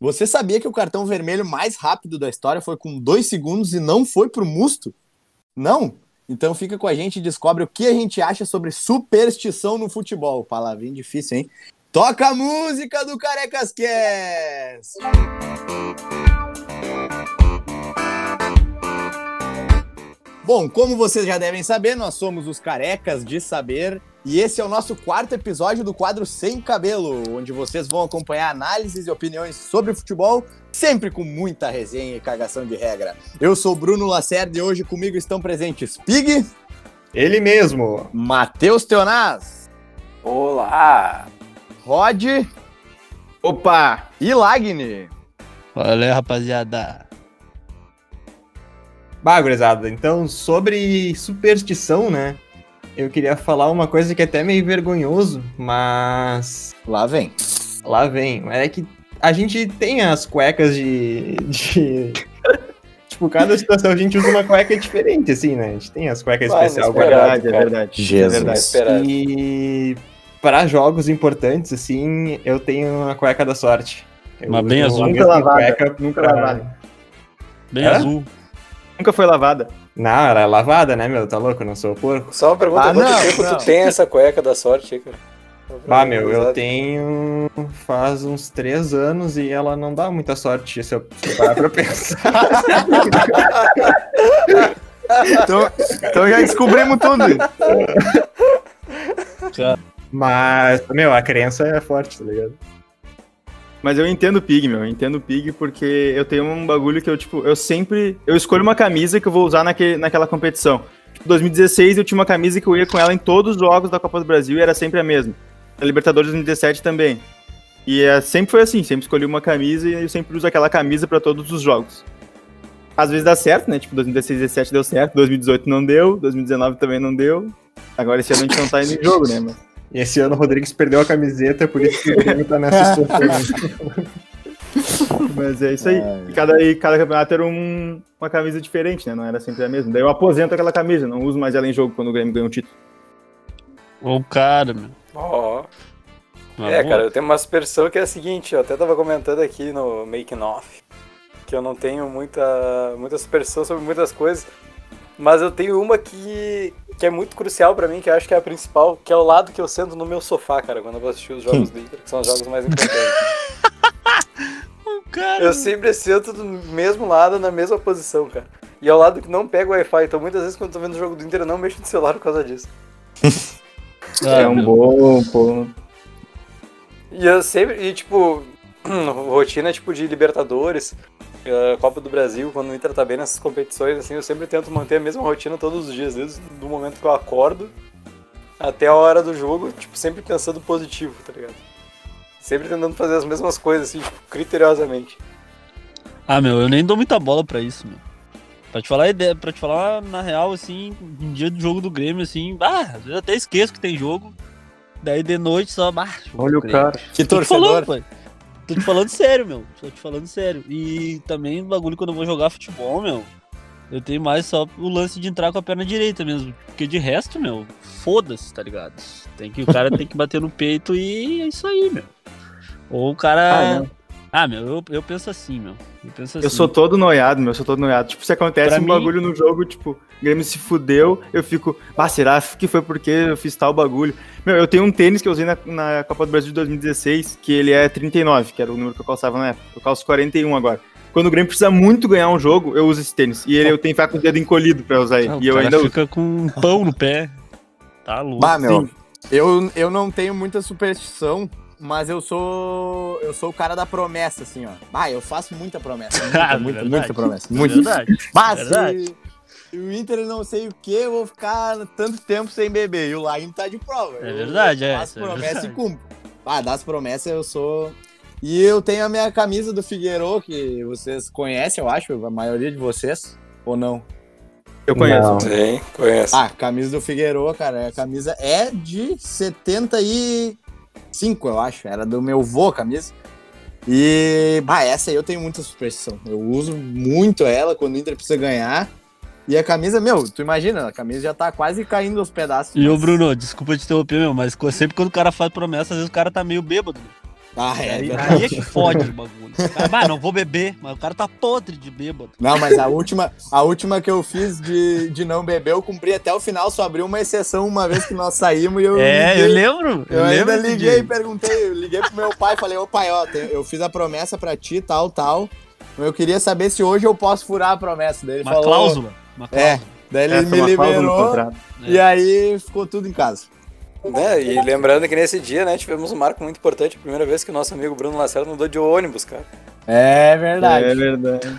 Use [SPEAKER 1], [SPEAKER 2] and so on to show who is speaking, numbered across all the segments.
[SPEAKER 1] Você sabia que o cartão vermelho mais rápido da história foi com dois segundos e não foi pro Musto? Não? Então fica com a gente e descobre o que a gente acha sobre superstição no futebol. Palavrinha difícil, hein? Toca a música do Carecas Cast! Bom, como vocês já devem saber, nós somos os Carecas de Saber e esse é o nosso quarto episódio do quadro Sem Cabelo, onde vocês vão acompanhar análises e opiniões sobre futebol, sempre com muita resenha e cagação de regra. Eu sou Bruno Lacerda e hoje comigo estão presentes Pig,
[SPEAKER 2] Ele mesmo.
[SPEAKER 1] Matheus Teonaz,
[SPEAKER 3] Olá!
[SPEAKER 1] Rod
[SPEAKER 2] Opa!
[SPEAKER 1] e Lagni.
[SPEAKER 4] Valeu, rapaziada.
[SPEAKER 2] Bah, gurizada, então sobre superstição, né? Eu queria falar uma coisa que é até meio vergonhoso, mas
[SPEAKER 1] Lá vem.
[SPEAKER 2] lá vem. É que a gente tem as cuecas de. de... tipo, cada situação a gente usa uma cueca diferente, assim, né? A gente tem as cuecas
[SPEAKER 3] Vai,
[SPEAKER 2] especial
[SPEAKER 3] mas espera.
[SPEAKER 2] guardadas.
[SPEAKER 3] verdade, é
[SPEAKER 1] verdade.
[SPEAKER 3] Verdade,
[SPEAKER 1] Jesus.
[SPEAKER 3] esperado.
[SPEAKER 2] E para jogos importantes, assim, eu tenho a cueca da sorte. Eu
[SPEAKER 4] Mas bem
[SPEAKER 2] uso
[SPEAKER 4] azul.
[SPEAKER 2] a
[SPEAKER 5] Nunca
[SPEAKER 2] mesma
[SPEAKER 5] lavada.
[SPEAKER 2] Cueca, nunca
[SPEAKER 5] Nunca
[SPEAKER 2] lavada.
[SPEAKER 4] Bem
[SPEAKER 2] É?
[SPEAKER 4] azul.
[SPEAKER 5] Nunca foi lavada.
[SPEAKER 2] Não, era lavada, né, meu? Tá louco? Eu não sou porco.
[SPEAKER 3] Só uma pergunta,
[SPEAKER 1] Ah,
[SPEAKER 3] quanto
[SPEAKER 1] não,
[SPEAKER 3] tempo
[SPEAKER 1] não.
[SPEAKER 3] tu tem essa cueca da sorte aí, cara?
[SPEAKER 2] Ah, meu, eu
[SPEAKER 3] Exato.
[SPEAKER 2] tenho faz uns três anos e ela não dá muita sorte se eu parar pra pensar.
[SPEAKER 1] Então, então já descobrimos tudo.
[SPEAKER 2] Mas, meu, a crença é forte, tá ligado?
[SPEAKER 5] Mas eu entendo o Pig, meu. Eu entendo o Pig porque eu tenho um bagulho que eu, tipo, eu sempre. Eu escolho uma camisa que eu vou usar naque- naquela competição. Tipo, 2016 eu tinha uma camisa que eu ia com ela em todos os jogos da Copa do Brasil e era sempre a mesma. Na Libertadores 2017 também. E é, sempre foi assim, sempre escolhi uma camisa e eu sempre uso aquela camisa pra todos os jogos. Às vezes dá certo, né? Tipo, 2016, 2017 deu certo, 2018 não deu, 2019 também não deu. Agora esse ano a gente não tá indo em jogo, né? Mas...
[SPEAKER 2] E esse ano o Rodrigues perdeu a camiseta, por isso que o Grêmio tá nessa situação.
[SPEAKER 5] Mas é isso aí. E cada, e cada campeonato era um- uma camisa diferente, né? Não era sempre a mesma. Daí eu aposento aquela camisa, não uso mais ela em jogo quando o Grêmio ganha um título.
[SPEAKER 4] Ô, cara, meu.
[SPEAKER 3] Ó,
[SPEAKER 4] Mas
[SPEAKER 3] É,
[SPEAKER 4] vou-
[SPEAKER 3] cara, eu tenho uma aspersão que é a seguinte, eu até tava comentando aqui no Making Off, que eu não tenho muita, muita aspersão sobre muitas coisas, mas eu tenho uma que, que é muito crucial pra mim, que eu acho que é a principal, que é o lado que eu sento no meu sofá, cara, quando eu vou assistir os jogos do Inter, que são os jogos mais importantes.
[SPEAKER 4] Ô, cara,
[SPEAKER 3] eu sempre sento do mesmo lado, na mesma posição, cara. E é o lado que não pega o Wi-Fi, então muitas vezes quando eu tô vendo o jogo do Inter eu não mexo no celular por causa disso.
[SPEAKER 4] ah,
[SPEAKER 1] É um
[SPEAKER 5] É um
[SPEAKER 4] meu.
[SPEAKER 5] bom ponto.
[SPEAKER 3] E eu sempre, e tipo, rotina tipo de Libertadores, eh, Copa do Brasil, quando o Inter tá bem nessas competições, assim, eu sempre tento manter a mesma rotina todos os dias, desde o momento que eu acordo até a hora do jogo, tipo, sempre pensando positivo, tá ligado? Sempre tentando fazer as mesmas coisas, assim, tipo, criteriosamente.
[SPEAKER 4] Ah, meu, eu nem dou muita bola pra isso, meu. Pra te falar a ideia, pra te falar, na real, assim, um dia do jogo do Grêmio, assim, ah, às vezes até esqueço que tem jogo. Daí de noite só baixo.
[SPEAKER 2] Olha o cara.
[SPEAKER 1] Que
[SPEAKER 4] Tô te falando,
[SPEAKER 1] torcedor.
[SPEAKER 4] pai. Tô te falando sério, meu. Tô te falando sério. E também o bagulho quando eu vou jogar futebol, meu. Eu tenho mais só o lance de entrar com a perna direita mesmo. Porque de resto, meu, foda-se, tá ligado? Tem que, o cara tem que bater no peito e é isso aí, meu. Ou o cara. Ah, meu, eu, eu penso assim, meu. Eu penso assim.
[SPEAKER 5] Eu sou todo noiado, meu. Eu sou todo noiado. Tipo, se acontece
[SPEAKER 4] Pra
[SPEAKER 5] um
[SPEAKER 4] mim-
[SPEAKER 5] bagulho no jogo, tipo, o Grêmio se fudeu, eu fico, ah, será que foi porque eu fiz tal bagulho? Meu, eu tenho um tênis que eu usei na, na Copa do Brasil de 2016, que ele é 39, que era o número que eu calçava na época. Eu calço 41 agora. Quando o Grêmio precisa muito ganhar um jogo, eu uso esse tênis. E ele, eu tenho que ficar com o dedo encolhido pra usar ele.
[SPEAKER 4] Ah, o
[SPEAKER 5] e eu
[SPEAKER 4] cara
[SPEAKER 5] ainda uso.
[SPEAKER 4] fica com um pão no pé. Tá louco.
[SPEAKER 1] Bah, meu, eu, eu não tenho muita superstição, mas eu sou eu sou o cara da promessa, assim, ó. Ah, eu faço muita promessa. Muita,
[SPEAKER 4] Ah,
[SPEAKER 1] muita,
[SPEAKER 4] verdade.
[SPEAKER 1] muita promessa.
[SPEAKER 4] Muito.
[SPEAKER 1] Muito.
[SPEAKER 4] Verdade.
[SPEAKER 1] Mas
[SPEAKER 4] verdade.
[SPEAKER 1] se o Inter não sei o que, eu vou ficar tanto tempo sem beber. E o Laim tá de prova.
[SPEAKER 4] É
[SPEAKER 1] Eu-
[SPEAKER 4] verdade,
[SPEAKER 1] eu
[SPEAKER 4] é,
[SPEAKER 1] Faço
[SPEAKER 4] isso é
[SPEAKER 1] promessa e
[SPEAKER 4] verdade.
[SPEAKER 1] cumpro. Ah, das promessas eu sou. E eu tenho a minha camisa do Figueirô, que vocês conhecem, eu acho, a maioria de vocês. Ou não?
[SPEAKER 5] Eu conheço.
[SPEAKER 2] Não.
[SPEAKER 3] Sim, conheço.
[SPEAKER 1] Ah, camisa do Figueirô, cara. A camisa é de 75, eu acho. Era do meu vô a camisa. E, bah, essa aí eu tenho muita superstição. Eu uso muito ela quando o Inter precisa ganhar. E a camisa, meu, tu imagina, a camisa já tá quase caindo aos pedaços.
[SPEAKER 4] E ô, Bruno, desculpa te interromper, meu, mas sempre quando o cara faz promessa, às vezes o cara tá meio bêbado.
[SPEAKER 1] Ah, é.
[SPEAKER 4] Aí,
[SPEAKER 1] verdade.
[SPEAKER 4] aí é que fode o bagulho. Ah, não vou beber, mas o cara tá podre de bêbado.
[SPEAKER 1] Não, mas a última, a última que eu fiz de, de não beber, eu cumpri até o final, só abri uma exceção uma vez que nós saímos e eu.
[SPEAKER 4] É,
[SPEAKER 1] liguei.
[SPEAKER 4] eu lembro.
[SPEAKER 1] Eu,
[SPEAKER 4] lembro
[SPEAKER 1] ainda
[SPEAKER 4] esse
[SPEAKER 1] liguei e
[SPEAKER 4] dia.
[SPEAKER 1] perguntei, eu liguei pro meu pai e falei, ô pai, ó, tem- eu fiz a promessa pra ti, tal, tal. mas Eu queria saber se hoje eu posso furar a promessa. Daí ele
[SPEAKER 4] Uma
[SPEAKER 1] falou.
[SPEAKER 4] cláusula. Uma
[SPEAKER 1] É.
[SPEAKER 4] cláusula.
[SPEAKER 1] Daí ele
[SPEAKER 5] Essa é
[SPEAKER 1] me
[SPEAKER 5] uma cláusula no
[SPEAKER 1] liberou
[SPEAKER 5] contrato.
[SPEAKER 1] e aí ficou tudo em casa.
[SPEAKER 3] Né? E lembrando que nesse dia, né, tivemos um marco muito importante, a primeira vez que o nosso amigo Bruno Lacerda andou de ônibus, cara.
[SPEAKER 1] É verdade.
[SPEAKER 5] É verdade.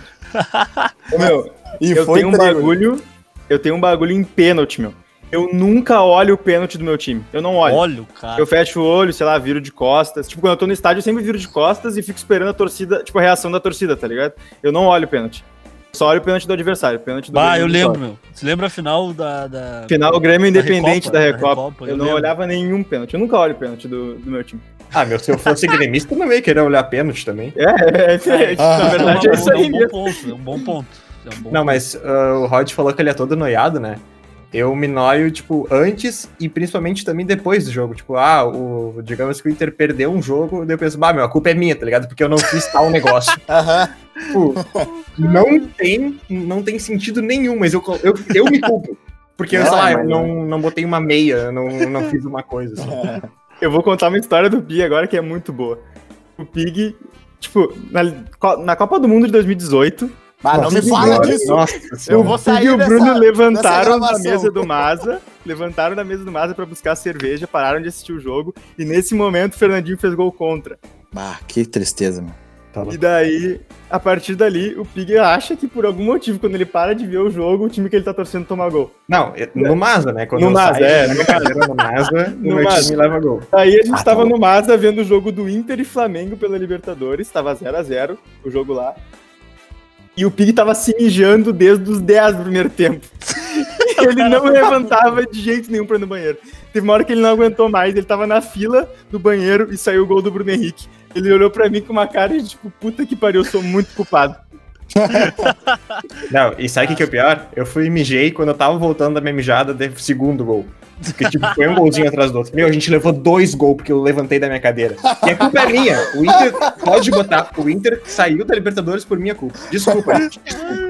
[SPEAKER 5] Ô, meu,
[SPEAKER 1] E
[SPEAKER 5] eu
[SPEAKER 1] foi
[SPEAKER 5] tenho um
[SPEAKER 1] trigo.
[SPEAKER 5] bagulho. Eu tenho um bagulho em pênalti, meu. Eu nunca olho o pênalti do meu time. Eu não olho.
[SPEAKER 4] Olha o cara.
[SPEAKER 5] Eu fecho o olho, sei lá, viro de costas. Tipo, quando eu tô no estádio, eu sempre viro de costas e fico esperando a torcida, tipo, a reação da torcida, tá ligado? Eu não olho o pênalti. Só olho o pênalti do adversário. o Pênalti do
[SPEAKER 4] Bah,
[SPEAKER 5] Grêmio
[SPEAKER 4] eu
[SPEAKER 5] eu
[SPEAKER 4] lembro,
[SPEAKER 5] só.
[SPEAKER 4] meu. Você lembra a final da. da...
[SPEAKER 5] Final Grêmio
[SPEAKER 4] Da
[SPEAKER 5] Independente
[SPEAKER 4] Recopa,
[SPEAKER 5] da
[SPEAKER 4] da
[SPEAKER 5] Recopa.
[SPEAKER 4] Recopa,
[SPEAKER 5] eu,
[SPEAKER 4] eu
[SPEAKER 5] não
[SPEAKER 4] lembro.
[SPEAKER 5] olhava nenhum pênalti. Eu nunca olho o pênalti do, do meu time.
[SPEAKER 2] Ah, meu, se eu fosse gremista, eu também ia querer olhar pênalti também.
[SPEAKER 5] É, é diferente.
[SPEAKER 1] Ah.
[SPEAKER 5] Na verdade,
[SPEAKER 4] é,
[SPEAKER 5] é
[SPEAKER 4] uma
[SPEAKER 5] isso
[SPEAKER 4] boa- é
[SPEAKER 5] aí
[SPEAKER 4] um bom
[SPEAKER 5] mesmo.
[SPEAKER 4] ponto. É um bom ponto. É um bom
[SPEAKER 2] Não, mas ah, o Rod falou que ele é todo noiado, né? Eu me noio, tipo, antes e principalmente também depois do jogo. Tipo, ah, o, digamos que o Inter perdeu um jogo, daí eu penso, bah, meu, a culpa é minha, tá ligado? Porque eu não fiz tal negócio.
[SPEAKER 1] Aham.
[SPEAKER 2] Tipo, não tem, não tem sentido nenhum, mas eu, eu, eu me culpo. Porque, eu
[SPEAKER 1] Não,
[SPEAKER 2] sei lá,
[SPEAKER 1] é,
[SPEAKER 2] eu
[SPEAKER 1] mas-
[SPEAKER 2] não, não botei uma meia, eu não, não fiz uma coisa. assim.
[SPEAKER 5] Eu vou contar uma história do Pig agora que é muito boa. O Pig, tipo, na, na Copa do Mundo de 2018,
[SPEAKER 1] Bah, Ah, não me fala
[SPEAKER 2] Nossa
[SPEAKER 1] disso.
[SPEAKER 2] Nossa
[SPEAKER 1] Eu
[SPEAKER 2] Senhora.
[SPEAKER 1] vou
[SPEAKER 5] Você
[SPEAKER 1] sair
[SPEAKER 5] e o
[SPEAKER 1] dessa-
[SPEAKER 5] Bruno levantaram
[SPEAKER 1] dessa
[SPEAKER 5] da
[SPEAKER 1] gravação.
[SPEAKER 5] mesa do Maza, levantaram da mesa do Maza pra buscar cerveja, pararam de assistir o jogo e nesse momento o Fernandinho fez gol contra.
[SPEAKER 1] Bah, que tristeza, meu.
[SPEAKER 5] E daí, a partir dali, o Pig acha que por algum motivo, quando ele para de ver o jogo, o time que ele tá torcendo toma gol.
[SPEAKER 2] Não, eu- no Masa, né? Quando
[SPEAKER 5] No
[SPEAKER 2] eu
[SPEAKER 5] Masa,
[SPEAKER 2] saio
[SPEAKER 5] é,
[SPEAKER 2] da minha cadeira no Masa, o
[SPEAKER 5] No
[SPEAKER 2] meu
[SPEAKER 5] Masa.
[SPEAKER 2] time leva gol.
[SPEAKER 5] Daí a gente
[SPEAKER 1] Ah,
[SPEAKER 5] tava
[SPEAKER 1] tá
[SPEAKER 5] no Maza vendo o jogo do Inter e Flamengo pela Libertadores, tava 0 a 0 o jogo lá. E o Pig tava se mijando desde os 10 do primeiro tempo. E ele não levantava de jeito nenhum pra ir no banheiro. Teve uma hora que ele não aguentou mais, ele tava na fila do banheiro e saiu o gol do Bruno Henrique. Ele olhou pra mim com uma cara de tipo, puta que pariu, eu sou muito culpado.
[SPEAKER 2] Não, e sabe o que, que é o pior? Eu fui e mijei quando eu tava voltando da minha mijada, dei o segundo gol. Porque, tipo, foi um golzinho atrás do outro. Meu, a gente levou dois gols porque eu levantei da minha cadeira. E a culpa é minha. O Inter, pode botar, o Inter saiu da Libertadores por minha culpa. Desculpa, gente. Cara,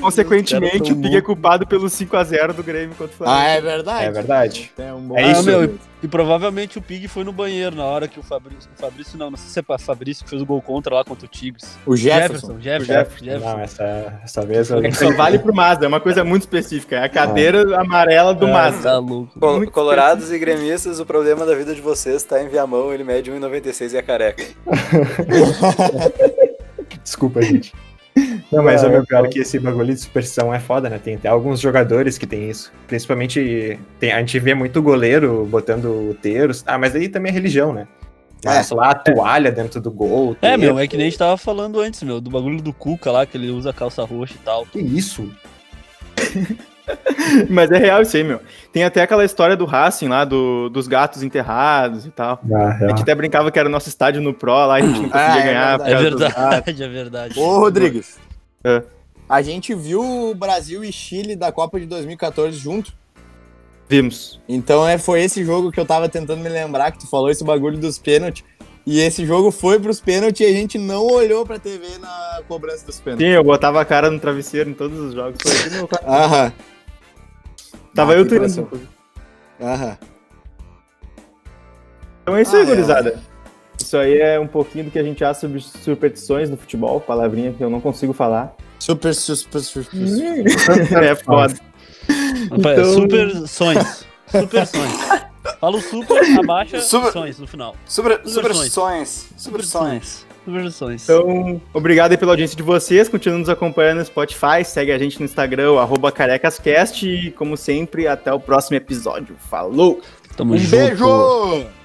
[SPEAKER 5] Consequentemente,
[SPEAKER 2] tão
[SPEAKER 5] o Pig é culpado pelo 5 a 0 do Grêmio contra o
[SPEAKER 1] Ah,
[SPEAKER 5] Flamengo.
[SPEAKER 1] é verdade?
[SPEAKER 2] É verdade.
[SPEAKER 1] É, um bom-
[SPEAKER 2] É isso.
[SPEAKER 1] Ah, meu,
[SPEAKER 4] E provavelmente o Pig foi no banheiro na hora que o Fabrício. O Fabrício não, não sei se é o Fabrício que fez o gol contra lá contra o Tigres.
[SPEAKER 1] O Jefferson.
[SPEAKER 4] Jefferson, Jefferson.
[SPEAKER 5] Jefferson.
[SPEAKER 4] Jefferson.
[SPEAKER 2] Não, essa, essa vez eu
[SPEAKER 5] É que só vale pro Mazda, é uma coisa muito específica. É a
[SPEAKER 1] Ah.
[SPEAKER 5] cadeira amarela do Mazda.
[SPEAKER 4] Tá louco.
[SPEAKER 3] Col-
[SPEAKER 5] Muito
[SPEAKER 3] Colorados e gremistas, o problema da vida de vocês tá em Viamão, ele mede 1,96 e é careca.
[SPEAKER 2] Desculpa, gente. Não, mas o meu pior é que esse bagulho de superstição é foda, né? Tem até alguns jogadores que tem isso. Principalmente, tem- a gente vê muito goleiro botando terços. Ah, mas aí também é religião, né? Mas,
[SPEAKER 1] É.
[SPEAKER 2] sei lá, a toalha dentro do gol.
[SPEAKER 4] É,
[SPEAKER 2] terço.
[SPEAKER 4] meu, é que nem a gente tava falando antes, meu, do bagulho do Cuca lá, que ele usa calça roxa e tal.
[SPEAKER 2] Que isso?
[SPEAKER 5] Mas é real isso aí, meu. Tem até aquela história do Racing lá, do, dos gatos enterrados e tal.
[SPEAKER 2] É
[SPEAKER 5] A gente até brincava que era o nosso estádio no Pro lá, a gente não
[SPEAKER 1] Ah,
[SPEAKER 5] conseguia
[SPEAKER 1] é
[SPEAKER 5] ganhar. por
[SPEAKER 4] É
[SPEAKER 1] verdade.
[SPEAKER 5] causa dos gatos.
[SPEAKER 4] verdade, é verdade.
[SPEAKER 1] Ô, Rodrigues.
[SPEAKER 5] É.
[SPEAKER 1] A gente viu o Brasil e Chile da Copa de 2014 junto.
[SPEAKER 5] Vimos.
[SPEAKER 1] Então é, foi esse jogo que eu tava tentando me lembrar, que tu falou esse bagulho dos pênaltis. E esse jogo foi pros pênaltis e a gente não olhou pra TV na cobrança dos
[SPEAKER 5] Sim,
[SPEAKER 1] pênaltis.
[SPEAKER 5] eu botava a cara no travesseiro em todos os jogos. Foi aqui no-
[SPEAKER 1] Aham,
[SPEAKER 5] Tava
[SPEAKER 1] Ah,
[SPEAKER 5] eu
[SPEAKER 1] que
[SPEAKER 5] tudo.
[SPEAKER 1] impressão. aham.
[SPEAKER 5] Então é isso aí,
[SPEAKER 1] Ah, é.
[SPEAKER 5] gurizada. Isso aí é um pouquinho do que a gente acha sobre superstições no futebol, palavrinha que eu não consigo falar.
[SPEAKER 1] Super, super, super.
[SPEAKER 5] é foda.
[SPEAKER 4] Rapaz,
[SPEAKER 5] Então-
[SPEAKER 4] Super sonhos. Super sonhos. Fala o super, abaixa
[SPEAKER 3] Super-
[SPEAKER 4] sonhos no final.
[SPEAKER 3] Sobre, sobre
[SPEAKER 4] Superstições.
[SPEAKER 3] sonhos. Sobre
[SPEAKER 4] Super
[SPEAKER 3] sonhos.
[SPEAKER 4] sonhos. Super sonhos.
[SPEAKER 5] Então, obrigado aí pela audiência de vocês. Continua nos acompanhando no Spotify. Segue a gente no Instagram, o arroba carecascast. E, como sempre, até o próximo episódio. Falou!
[SPEAKER 4] Tamo
[SPEAKER 1] Um
[SPEAKER 4] junto.
[SPEAKER 1] beijo!